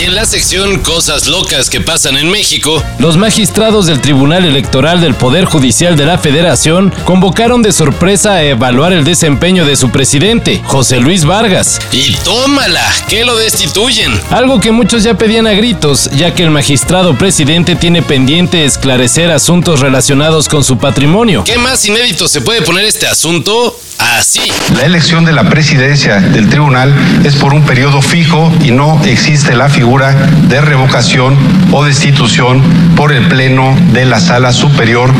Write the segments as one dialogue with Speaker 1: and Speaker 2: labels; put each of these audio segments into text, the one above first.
Speaker 1: Y en la sección Cosas locas que pasan en México, los magistrados del Tribunal Electoral del Poder Judicial de la Federación convocaron de sorpresa a evaluar el desempeño de su presidente, José Luis Vargas. Y tómala, que lo destituyen. Algo que muchos ya pedían a gritos, ya que el magistrado presidente tiene pendiente esclarecer asuntos relacionados con su patrimonio. ¿Qué más inédito se puede poner este asunto? Así.
Speaker 2: La elección de la presidencia del tribunal es por un periodo fijo y no existe la figura de revocación o destitución por el Pleno de la Sala Superior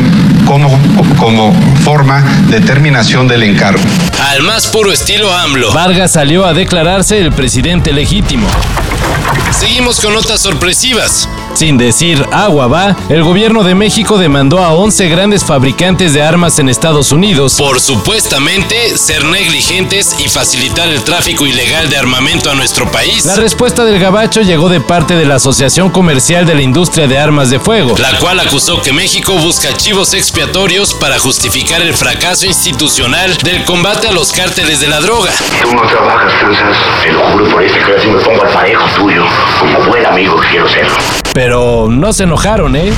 Speaker 2: como, como forma de terminación del encargo.
Speaker 1: Al más puro estilo AMLO. Vargas salió a declararse el presidente legítimo. Seguimos con notas sorpresivas. Sin decir agua va, el gobierno de México demandó a 11 grandes fabricantes de armas en Estados Unidos por supuestamente ser negligentes y facilitar el tráfico ilegal de armamento a nuestro país. La respuesta del gabacho llegó de parte de la Asociación Comercial de la Industria de Armas de Fuego, la cual acusó que México busca chivos expiatorios para justificar el fracaso institucional del combate a los cárteles de la droga.
Speaker 3: Tú no trabajas, Kansas. Te lo juro por este que me pongo al parejo tuyo, como buen amigo que quiero ser.
Speaker 1: Pero no se enojaron, ¿eh?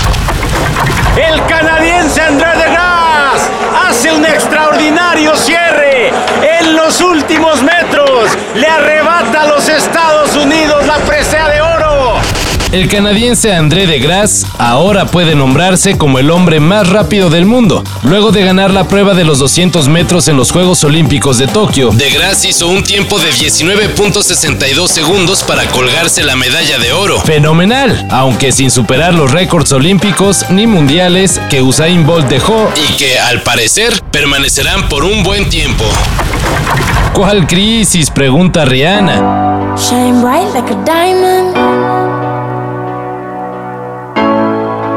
Speaker 4: El canadiense Andrés de Gras hace un extraordinario cierre en los últimos metros. Le arrebata a los Estados Unidos la presea de oro.
Speaker 1: El canadiense André de Gras ahora puede nombrarse como el hombre más rápido del mundo. Luego de ganar la prueba de los 200 metros en los Juegos Olímpicos de Tokio, de Gras hizo un tiempo de 19.62 segundos para colgarse la medalla de oro. Fenomenal, aunque sin superar los récords olímpicos ni mundiales que Usain Bolt dejó y que al parecer permanecerán por un buen tiempo. ¿Cuál crisis? pregunta Rihanna.
Speaker 5: Shine bright like a diamond.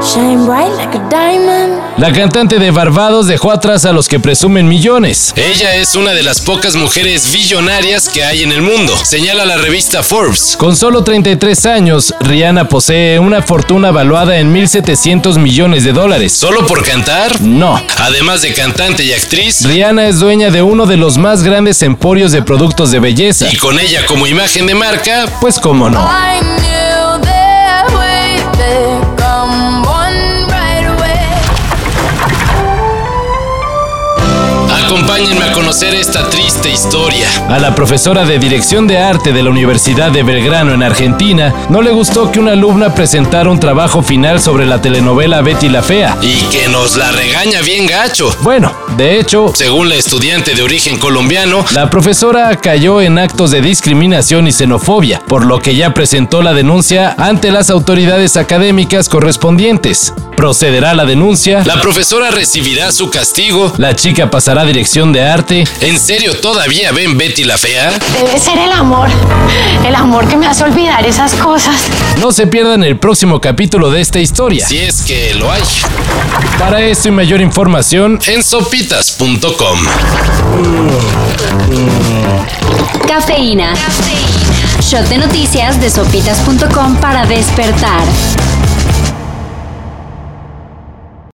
Speaker 5: Shine bright like a diamond.
Speaker 1: La cantante de Barbados dejó atrás a los que presumen millones. Ella es una de las pocas mujeres billonarias que hay en el mundo, señala la revista Forbes. Con solo 33 años, Rihanna posee una fortuna valuada en 1.700 millones de dólares. ¿Solo por cantar? No. Además de cantante y actriz, Rihanna es dueña de uno de los más grandes emporios de productos de belleza. Y con ella como imagen de marca, pues cómo no.
Speaker 5: I knew that we'd become one right away.
Speaker 1: Acompáñenme a conocer esta triste historia. A la profesora de Dirección de Arte de la Universidad de Belgrano en Argentina no le gustó que una alumna presentara un trabajo final sobre la telenovela Betty la Fea. Y que nos la regaña bien gacho. Bueno, de hecho, según la estudiante de origen colombiano, la profesora cayó en actos de discriminación y xenofobia, por lo que ya presentó la denuncia ante las autoridades académicas correspondientes. Procederá la denuncia, la profesora recibirá su castigo, la chica pasará dirección de arte. ¿En serio todavía ven Betty la Fea?
Speaker 6: Debe ser el amor, el amor que me hace olvidar esas cosas.
Speaker 1: No se pierdan el próximo capítulo de esta historia. Si es que lo hay. Para esto y mayor información en sopitas.com.
Speaker 7: Cafeína. Shot de noticias de sopitas.com para despertar.